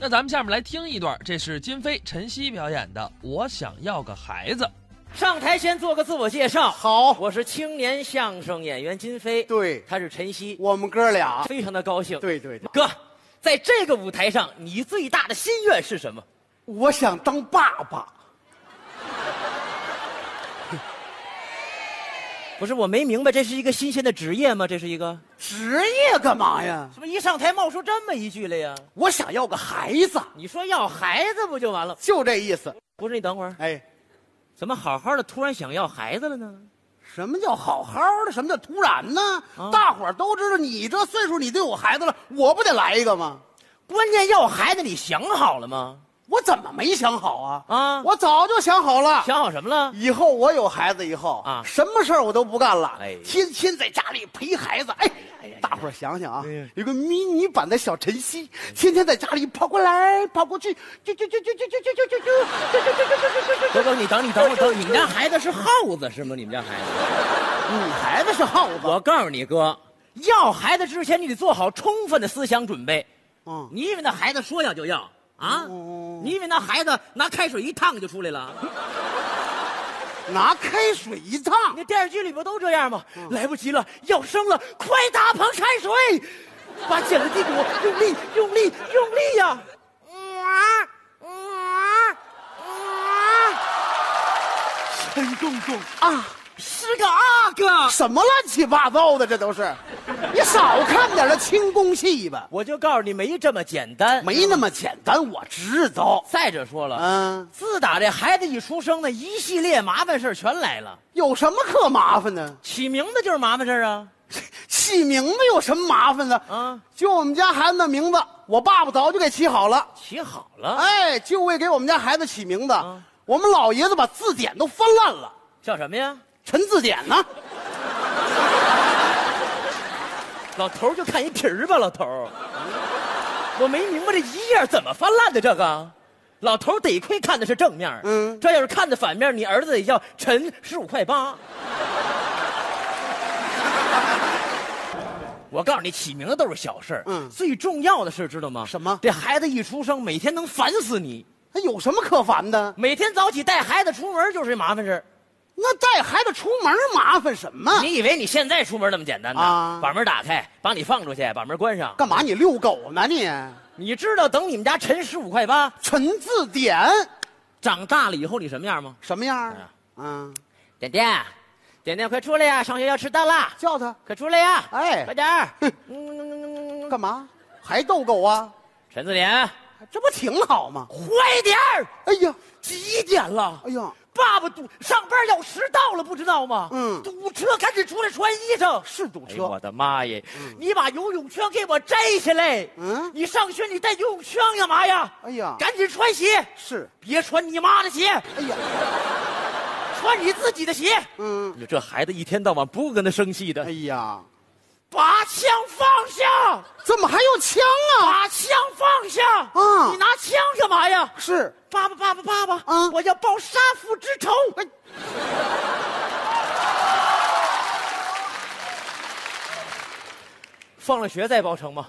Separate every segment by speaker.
Speaker 1: 那咱们下面来听一段，这是金飞、陈曦表演的《我想要个孩子》。
Speaker 2: 上台先做个自我介绍，
Speaker 3: 好，
Speaker 2: 我是青年相声演员金飞，
Speaker 3: 对，
Speaker 2: 他是晨曦，
Speaker 3: 我们哥俩，
Speaker 2: 非常的高兴。
Speaker 3: 对对对，
Speaker 2: 哥，在这个舞台上，你最大的心愿是什么？
Speaker 3: 我想当爸爸。
Speaker 2: 不是，我没明白，这是一个新鲜的职业吗？这是一个？
Speaker 3: 职业干嘛呀？
Speaker 2: 怎么一上台冒出这么一句来呀？
Speaker 3: 我想要个孩子，
Speaker 2: 你说要孩子不就完了？
Speaker 3: 就这意思。
Speaker 2: 不是，你等会儿，
Speaker 3: 哎，
Speaker 2: 怎么好好的突然想要孩子了呢？
Speaker 3: 什么叫好好的？什么叫突然呢？
Speaker 2: 啊
Speaker 3: 大伙儿都知道，你这岁数，你都有孩子了，我不得来一个吗？
Speaker 2: 关键要孩子，你想好了吗？
Speaker 3: 我怎么没想好啊？
Speaker 2: 啊
Speaker 3: 我早就想好了。
Speaker 2: 想好什么了？
Speaker 3: 以后我有孩子以后
Speaker 2: 啊
Speaker 3: 什么事儿我都不干了，
Speaker 2: 哎
Speaker 3: 天天在家里陪孩子。哎，大伙儿想想
Speaker 2: 哎
Speaker 3: 啊，有个迷你版的小晨曦，天天在家里跑过来跑过去，啾啾啾啾啾啾啾啾啾啾啾啾啾啾啾
Speaker 2: 哥哥，你等你等我等，你们家孩子是耗子是吗？你们家孩子？
Speaker 3: 你孩子是耗子，
Speaker 2: 我告诉你哥，要孩子之前你得做好充分的思想准备。
Speaker 3: 嗯，
Speaker 2: 你以为那孩子说要就要啊？
Speaker 3: 嗯
Speaker 2: 你以为那孩子拿开水一烫就出来了？
Speaker 3: 拿开水一烫，
Speaker 2: 那电视剧里不都这样吗？
Speaker 3: 嗯
Speaker 2: 来不及了，要生了，快打盆开水，把剪子递给我，用力，用力，用力呀、
Speaker 3: 陈公公啊，
Speaker 2: 是个阿哥，
Speaker 3: 什么乱七八糟的，这都是，你少看点那清宫戏吧，
Speaker 2: 我就告诉你，没这么简单。哦
Speaker 3: 没那么简单，我知道，
Speaker 2: 再者说了，
Speaker 3: 嗯，
Speaker 2: 自打这孩子一出生，那一系列麻烦事儿全来了。
Speaker 3: 有什么可麻烦呢？
Speaker 2: 起名字就是麻烦事儿啊！
Speaker 3: 起名字有什么麻烦呢？
Speaker 2: 啊
Speaker 3: 就我们家孩子的名字，我爸爸早就给起好了。
Speaker 2: 起好了，
Speaker 3: 哎，就为给我们家孩子起名字，
Speaker 2: 啊
Speaker 3: 我们老爷子把字典都翻烂了，
Speaker 2: 叫什么呀？
Speaker 3: 陈字典呢？
Speaker 2: 老头儿就看一皮儿吧，老头儿。我没明白这一页怎么翻烂的这个。老头儿得亏看的是正面，嗯，
Speaker 3: 嗯
Speaker 2: 这要是看的反面，你儿子得叫陈十五块八。我告诉你，起名字都是小事儿，嗯，
Speaker 3: 嗯
Speaker 2: 最重要的是知道吗？
Speaker 3: 什么
Speaker 2: 这孩子一出生，每天能烦死你，
Speaker 3: 那有什么可烦的？
Speaker 2: 每天早起带孩子出门就是一麻烦事儿。
Speaker 3: 那带孩子出门麻烦什么？
Speaker 2: 你以为你现在出门那么简单呢？
Speaker 3: 啊
Speaker 2: 把门打开，把你放出去，把门关上。
Speaker 3: 干嘛你遛狗呢你？
Speaker 2: 你知道等你们家陈十五块八
Speaker 3: 陈字典
Speaker 2: 长大了以后你什么样吗？
Speaker 3: 什么样啊？嗯，
Speaker 2: 点点，点点，快出来呀！上学要迟到啦！
Speaker 3: 叫他
Speaker 2: 快出来呀！
Speaker 3: 哎
Speaker 2: 快点儿！
Speaker 3: 哼
Speaker 2: 嗯
Speaker 3: 干嘛？还逗狗啊？
Speaker 2: 陈子莲，
Speaker 3: 这不挺好吗？
Speaker 2: 快点儿！
Speaker 3: 哎呀，
Speaker 2: 几点了？
Speaker 3: 哎呀，
Speaker 2: 爸爸堵上班要迟到了，不知道吗？
Speaker 3: 嗯
Speaker 2: 堵车，赶紧出来穿衣裳。
Speaker 3: 是堵
Speaker 2: 哎
Speaker 3: 车。
Speaker 2: 呦我的妈耶！你把游泳圈给我摘下来！嗯
Speaker 3: 嗯，
Speaker 2: 你上学你带游泳圈干嘛呀？
Speaker 3: 哎呀
Speaker 2: 赶紧穿鞋，
Speaker 3: 是，
Speaker 2: 别穿你妈的鞋，
Speaker 3: 哎呀，
Speaker 2: 穿你自己的鞋。
Speaker 3: 嗯，
Speaker 2: 你说这孩子一天到晚不跟他生气的
Speaker 3: 哎，呀。
Speaker 2: 把枪放下，
Speaker 3: 怎么还有枪啊？
Speaker 2: 把枪放下！
Speaker 3: 嗯
Speaker 2: 你拿枪干嘛呀？
Speaker 3: 是，
Speaker 2: 爸爸，爸爸，爸爸，
Speaker 3: 嗯
Speaker 2: 我要报杀父之仇。
Speaker 3: 哎
Speaker 2: 放了学再报成吗？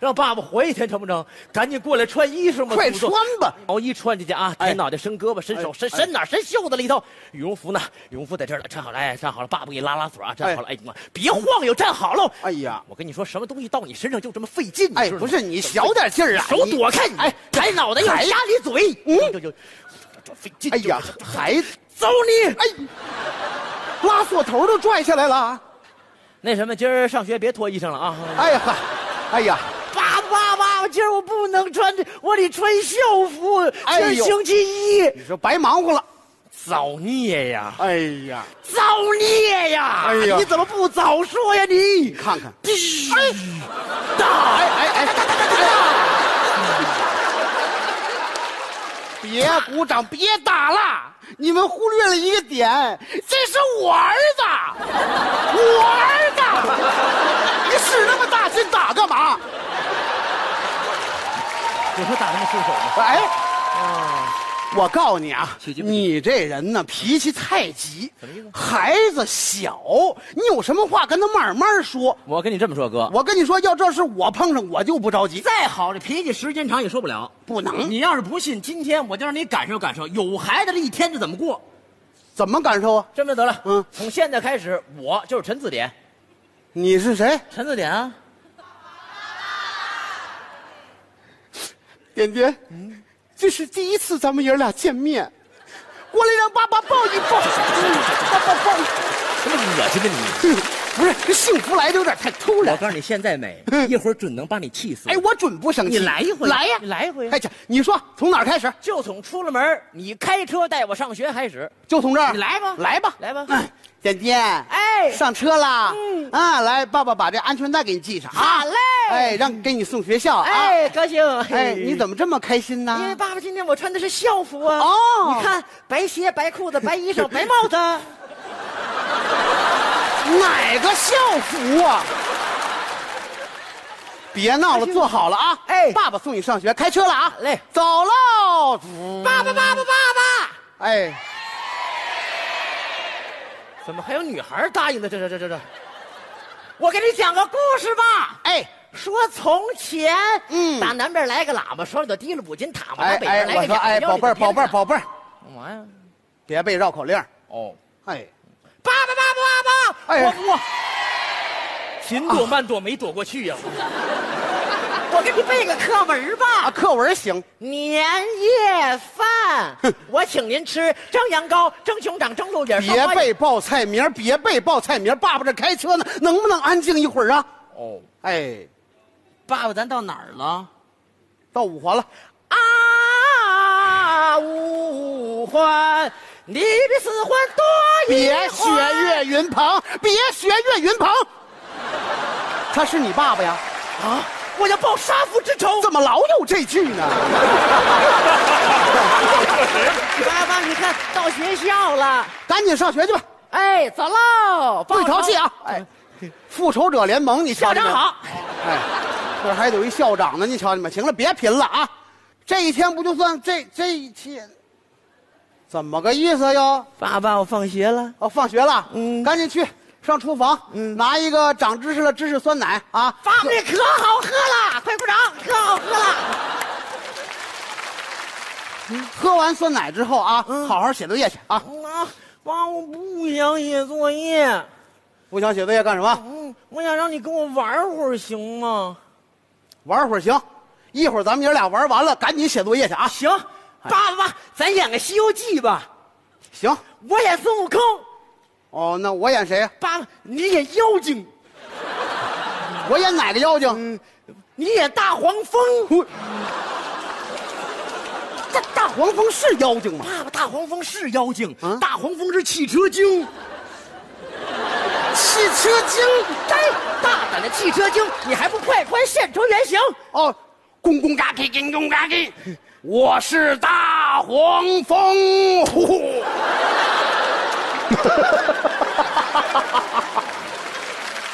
Speaker 2: 让爸爸活一天成不成？赶紧过来穿衣裳吧，
Speaker 3: 快
Speaker 2: 祖宗
Speaker 3: 穿吧
Speaker 2: 毛衣穿进去啊，
Speaker 3: 哎
Speaker 2: 抬脑袋，伸胳膊，伸手，
Speaker 3: 哎
Speaker 2: 伸
Speaker 3: 哎
Speaker 2: 伸哪儿？伸袖子里头。羽绒服呢？羽绒服在这儿了，站好了，哎，站好了。爸爸给你拉拉锁啊，站好了，哎，别晃悠，站好喽。
Speaker 3: 哎呀，
Speaker 2: 我跟你说，什么东西到你身上就这么费劲？
Speaker 3: 哎，
Speaker 2: 知道吗
Speaker 3: 不是你小点劲儿啊，
Speaker 2: 手
Speaker 3: 你
Speaker 2: 躲开你，哎
Speaker 3: 哎，
Speaker 2: 抬脑袋又
Speaker 3: 抬
Speaker 2: 夹你嘴，嗯，
Speaker 3: 嗯
Speaker 2: 就就就费劲。
Speaker 3: 哎呀
Speaker 2: 就，
Speaker 3: 孩子，
Speaker 2: 揍你！
Speaker 3: 哎，拉锁头都拽下来了啊，
Speaker 2: 那什么，今儿上学别脱衣裳了啊！
Speaker 3: 哎呀，哎呀，
Speaker 2: 爸爸爸爸，我今儿我不能穿这，我得穿校服。
Speaker 3: 哎
Speaker 2: 今儿
Speaker 3: 呦
Speaker 2: 星期一，
Speaker 3: 你说白忙活了，
Speaker 2: 造孽呀！
Speaker 3: 哎呀，
Speaker 2: 造孽呀！
Speaker 3: 哎呀
Speaker 2: 你怎么不早说呀你？
Speaker 3: 看看，
Speaker 2: 哎，打！
Speaker 3: 哎哎哎，别鼓掌，别打了，你们忽略了一个点，这是我儿子，我儿子，你使那么大劲打干嘛？
Speaker 2: 我说打那么顺手吗？
Speaker 3: 哎，
Speaker 2: 啊，
Speaker 3: 我告诉你啊
Speaker 2: 起，鸡不起
Speaker 3: 你这人呢脾气太急
Speaker 2: 怎么意思，
Speaker 3: 孩子小，你有什么话跟他慢慢说。
Speaker 2: 我跟你这么说，哥，
Speaker 3: 我跟你说，要这是我碰上，我就不着急，
Speaker 2: 再好这脾气时间长也受不了。
Speaker 3: 不能
Speaker 2: 你要是不信，今天我就让你感受感受，有孩子这一天是怎么过。
Speaker 3: 怎么感受啊？
Speaker 2: 这么得了，
Speaker 3: 嗯
Speaker 2: 从现在开始，我就是陈字典，
Speaker 3: 你是谁？
Speaker 2: 陈字典啊，
Speaker 3: 点点，这是第一次咱们爷俩见面，过来让爸爸抱一抱，爸爸抱一
Speaker 2: 什么恶心的你！
Speaker 3: 抱，不是这幸福来的有点太突
Speaker 2: 我
Speaker 3: 然。
Speaker 2: 告诉你，现在 美，一会儿准能把你气死。
Speaker 3: 哎，我准不生气，
Speaker 2: 你来一回，
Speaker 3: 来呀，
Speaker 2: 你来一回
Speaker 3: 哎，，这你说从哪儿开始？
Speaker 2: 就从出了门，你开车带我上学开始。
Speaker 3: 就从这儿，
Speaker 2: 你来吧
Speaker 3: 来吧，
Speaker 2: 来吧
Speaker 3: 嗯点点，
Speaker 2: 哎
Speaker 3: 上车啦，嗯，啊，来，爸爸把这安全带给你系上啊，
Speaker 2: 好嘞
Speaker 3: 哎，让给你送学校啊，，
Speaker 2: 高兴！
Speaker 3: 哎，你怎么这么开心
Speaker 2: 因为
Speaker 3: 呢？
Speaker 2: 爸爸今天我穿的是校服啊。
Speaker 3: 哦
Speaker 2: 你看白鞋、白裤子、白衣 裳、白帽子。
Speaker 3: 哪个校服啊？别闹了，坐好了啊！
Speaker 2: 哎
Speaker 3: 爸爸送你上学，开车了啊！
Speaker 2: 嘞
Speaker 3: 走喽！
Speaker 2: 爸爸，爸爸，爸
Speaker 3: 哎，
Speaker 2: 爸！怎么还有女孩答应的？这这这这这！我给你讲个故事吧。
Speaker 3: 哎，
Speaker 2: 说从前，
Speaker 3: 嗯
Speaker 2: 打南边来个喇嘛，手里头提了五斤塔嘛，
Speaker 3: 哎
Speaker 2: 打北
Speaker 3: 哎
Speaker 2: 边，来
Speaker 3: 我
Speaker 2: 个
Speaker 3: 说
Speaker 2: 哑巴
Speaker 3: 哎，
Speaker 2: 腰
Speaker 3: 宝
Speaker 2: 里
Speaker 3: 贝儿，
Speaker 2: 头
Speaker 3: 宝贝
Speaker 2: 提
Speaker 3: 儿，
Speaker 2: 了
Speaker 3: 宝贝儿，
Speaker 2: 干嘛呀？
Speaker 3: 别背绕口令儿。
Speaker 2: 哦，
Speaker 3: 哎，
Speaker 2: 爸爸，爸爸，爸爸！
Speaker 3: 哎
Speaker 2: 我啊我，勤躲慢躲没躲过去呀、我给你背个课文吧。
Speaker 3: 啊，课文行，
Speaker 2: 年夜饭，我请您吃蒸羊羔、蒸熊掌、蒸鹿尾儿。
Speaker 3: 别
Speaker 2: 烧花
Speaker 3: 背报菜名儿，别背报菜名儿。爸爸这开车呢，能不能安静一会儿啊？
Speaker 2: 哦，
Speaker 3: 哎，
Speaker 2: 爸爸，咱到哪儿了？
Speaker 3: 到五环了，
Speaker 2: 啊，五环，你比四环多一
Speaker 3: 别
Speaker 2: 环。
Speaker 3: 学岳云鹏，别学岳云鹏，他是你爸爸呀？
Speaker 2: 啊！我要报杀父之仇。
Speaker 3: 怎么老有这句呢？
Speaker 2: 爸爸，你看到学校了，
Speaker 3: 赶紧上学去吧，
Speaker 2: 哎，走喽！
Speaker 3: 不许
Speaker 2: 报
Speaker 3: 淘
Speaker 2: 仇
Speaker 3: 气啊！哎，复仇者联盟，你瞧
Speaker 2: 校
Speaker 3: 见
Speaker 2: 长
Speaker 3: 没有。
Speaker 2: 好，
Speaker 3: 哎，这儿还有一校长呢，你瞧见没？行了，别贫了啊！这一天不就算这这一天，怎么个意思哟？
Speaker 2: 爸爸，我放学了。
Speaker 3: 哦，放学了，
Speaker 2: 嗯
Speaker 3: 赶紧去上厨房，拿一个长知识的芝士酸奶啊！
Speaker 2: 爸爸这可好喝了，快鼓掌，可好喝了。
Speaker 3: 喝完酸奶之后啊，好好写作业去啊！
Speaker 2: 啊，爸，我不想写作业。
Speaker 3: 不想写作业干什么？
Speaker 2: 嗯，我想让你跟我玩会儿，行吗？
Speaker 3: 玩会儿行，一会儿咱们爷俩玩完了，赶紧写作业去啊！
Speaker 2: 行，爸爸，咱演个《西游记》吧。
Speaker 3: 行，
Speaker 2: 我演孙悟空，
Speaker 3: 哦，那我演谁呀？
Speaker 2: 爸爸你演妖精，
Speaker 3: 我演哪个妖精？
Speaker 2: 你演大黄蜂。
Speaker 3: 这大黄蜂是妖精吗？
Speaker 2: 爸爸，大黄蜂是妖精，
Speaker 3: 嗯
Speaker 2: 大黄蜂是汽车精。
Speaker 3: 汽车精，
Speaker 2: 哎，大胆的汽车精，你还不快快现出原形？
Speaker 3: 哦，公公嘎给，公公嘎给，我是大黄蜂，呼呼。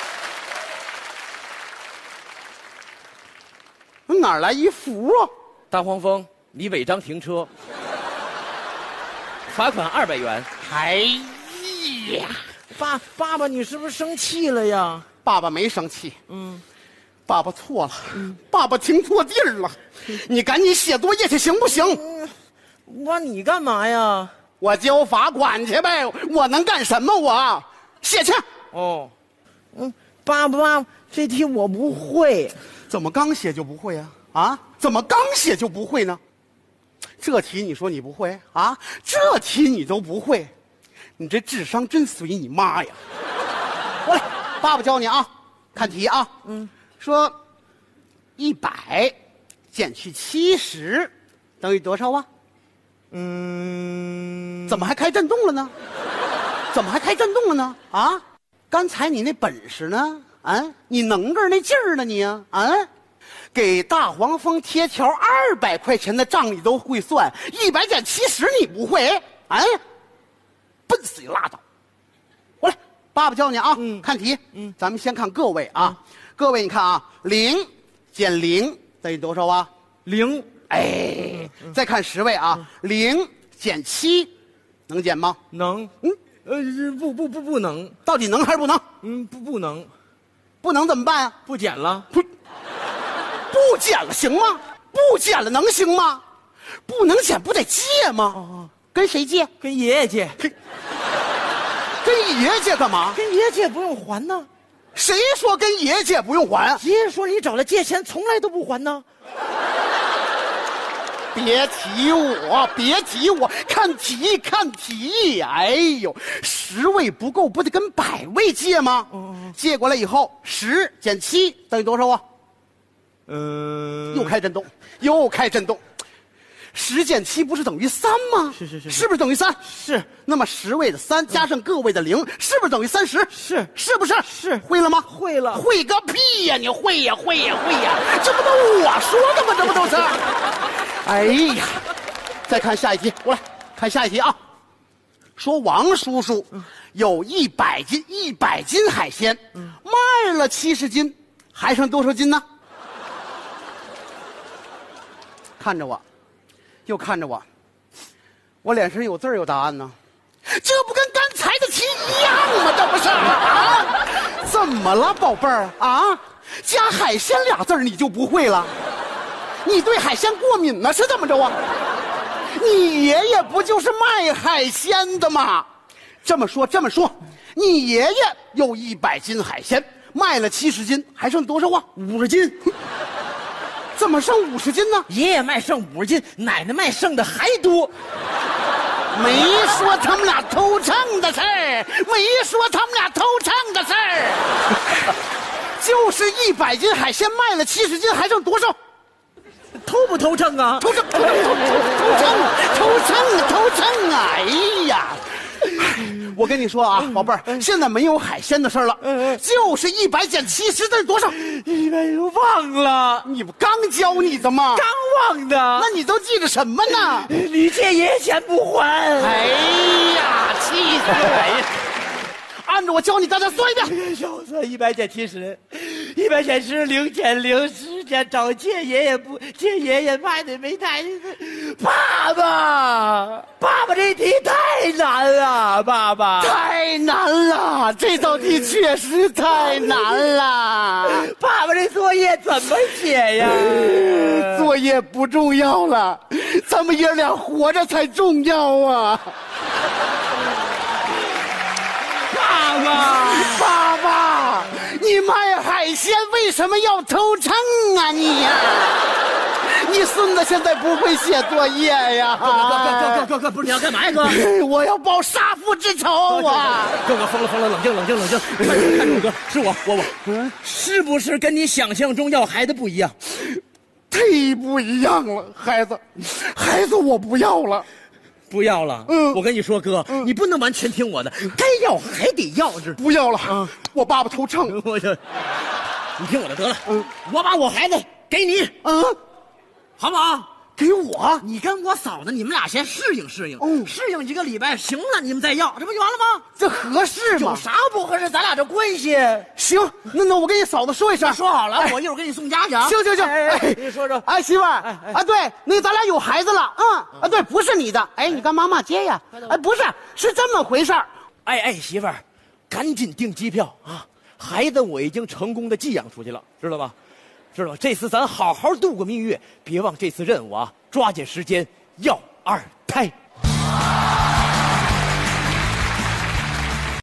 Speaker 3: 哪儿来一福啊？
Speaker 2: 大黄蜂，你违章停车，罚款二百元。
Speaker 3: 哎呀，
Speaker 2: 爸，爸爸，你是不是生气了呀？
Speaker 3: 爸爸没生气，嗯，爸爸错了，爸爸听错地儿了，你赶紧写作业去行不行？
Speaker 2: 我你干嘛呀？
Speaker 3: 我交罚款去呗，我能干什么我？写去。
Speaker 2: 哦，嗯，爸爸妈妈，这题我不会。
Speaker 3: 怎么刚写就不会啊？啊，怎么刚写就不会呢？这题你说你不会啊？这题你都不会，你这智商真随你妈呀！过来，爸爸教你啊，看题啊。嗯，说一百减去七十等于多少啊？
Speaker 2: 嗯，
Speaker 3: 怎么还开震动了呢？怎么还开震动了呢？啊，刚才你那本事呢？啊，你能个儿那劲儿呢你啊？啊，给大黄蜂贴条二百块钱的账你都会算，一百减七十你不会？啊，笨死你拉倒！过来，爸爸教你啊，看题，嗯，咱们先看个位啊，个位你看啊，零减零等于多少啊？
Speaker 2: 零
Speaker 3: 哎，再看十位啊，零减七，能减吗？
Speaker 2: 能，
Speaker 3: 嗯，
Speaker 2: 呃，是不不不不能，
Speaker 3: 到底能还是不能？
Speaker 2: 嗯，不不能，
Speaker 3: 不能怎么办啊？
Speaker 2: 不减了，
Speaker 3: 不，不减了行吗？不减了能行吗？不能减不得借吗？哦跟谁借？
Speaker 2: 跟爷爷借，
Speaker 3: 跟爷借干嘛？
Speaker 2: 跟爷爷借不用还呢。
Speaker 3: 谁说跟爷借不用还？
Speaker 2: 爷爷说你找来借钱从来都不还呢。
Speaker 3: 别提我，别提我，看题看题，哎呦，十位不够，不得跟百位借吗？借过来以后，十减七等于多少啊？
Speaker 2: 嗯，
Speaker 3: 又开震动，又开震动。十减七不是等于三吗？
Speaker 2: 是是是是
Speaker 3: 是不是等于三？
Speaker 2: 是
Speaker 3: 那么十位的三加上个位的零，是不是等于三十？
Speaker 2: 是
Speaker 3: 是不是？
Speaker 2: 是
Speaker 3: 会了吗？
Speaker 2: 会了
Speaker 3: 会个屁呀！你会呀，会呀，会呀！这不都我说的吗？这不都是？ 哎呀，再看下一题，我来看下一题啊。说王叔叔有一百斤一百斤海鲜，卖了七十斤，还剩多少斤呢？看着我，又看着我，我脸上有字儿有答案呢，这不跟刚才的题一样吗？这不是啊？怎么了，宝贝儿啊？加海鲜俩字儿你就不会了？你对海鲜过敏呢？是怎么着啊？你爷爷不就是卖海鲜的吗？这么说，这么说，你爷爷有一百斤海鲜，卖了七十斤，还剩多少啊？
Speaker 2: 五十斤，
Speaker 3: 怎么剩五十斤呢？
Speaker 2: 爷爷卖剩五十斤，奶奶卖剩的还多。
Speaker 3: 没说他们俩偷秤的事儿，没说他们俩偷秤的事儿，就是一百斤海鲜卖了七十斤，还剩多少？
Speaker 2: 偷不偷秤啊？
Speaker 3: 偷秤，偷秤，偷秤，偷秤啊，偷秤啊！哎呀，我跟你说啊，宝贝儿，现在没有海鲜的事儿了，就是一百减七十等于多少？
Speaker 2: 一百又哎忘了，
Speaker 3: 你不刚教你的吗？
Speaker 2: 刚忘的
Speaker 3: 那。你都记着什么呢？
Speaker 2: 你借爷爷钱不还？
Speaker 3: 哎呀，气死我了！哎按照我教你，大家算一遍。
Speaker 2: 小算一百减七十，一百减十零减零十减找借爷爷不借爷爷卖的没带，爸爸，爸爸这题太难了，爸爸，
Speaker 3: 太难了，这道题确实太难了。
Speaker 2: 爸爸这作业怎么写呀？
Speaker 3: 作业不重要了，咱们爷俩活着才重要啊！
Speaker 2: 爸爸，
Speaker 3: 爸爸，你卖海鲜为什么要偷秤啊你呀、你孙子现在不会写作业呀、
Speaker 2: 哥哥哥哥哥，不是你要干嘛呀哥？
Speaker 3: 哎 我要报杀父之仇啊！
Speaker 2: 哥哥疯了疯了，冷静冷静冷静！看看住哥，是我我我，是不是跟你想象中要孩子不一样？
Speaker 3: 忒不一样了，孩子，孩子我不要了。
Speaker 2: 不要了。
Speaker 3: 嗯
Speaker 2: 我跟你说，哥，你不能完全听我的，该要还得要是。
Speaker 3: 不要了，我爸爸偷秤。
Speaker 2: 我就，你听我的得了。我把我孩子给你，
Speaker 3: 嗯，
Speaker 2: 好不好？
Speaker 3: 给我。
Speaker 2: 你跟我嫂子，你们俩先适应适应，
Speaker 3: 哦
Speaker 2: 适应一个礼拜，行了，你们再要，这不就完了吗？
Speaker 3: 这合适
Speaker 2: 有
Speaker 3: 吗？
Speaker 2: 啥不合适？咱俩这关系
Speaker 3: 行，那那我跟你嫂子说一声。
Speaker 2: 说好了
Speaker 3: 哎，
Speaker 2: 我一会儿给你送家去啊。
Speaker 3: 行行行，
Speaker 2: 哎哎哎你说说
Speaker 3: 哎，媳妇儿
Speaker 2: 哎哎，
Speaker 3: 啊，对，那咱俩有孩子了，嗯，啊，对，不是你的，哎，你干嘛骂街呀？哎，不是，是这么回事儿。
Speaker 2: 哎哎，媳妇儿，赶紧订机票啊！孩子我已经成功的寄养出去了，知道吧？知道吧？这次咱好好度过蜜月，别忘这次任务啊！抓紧时间要二胎。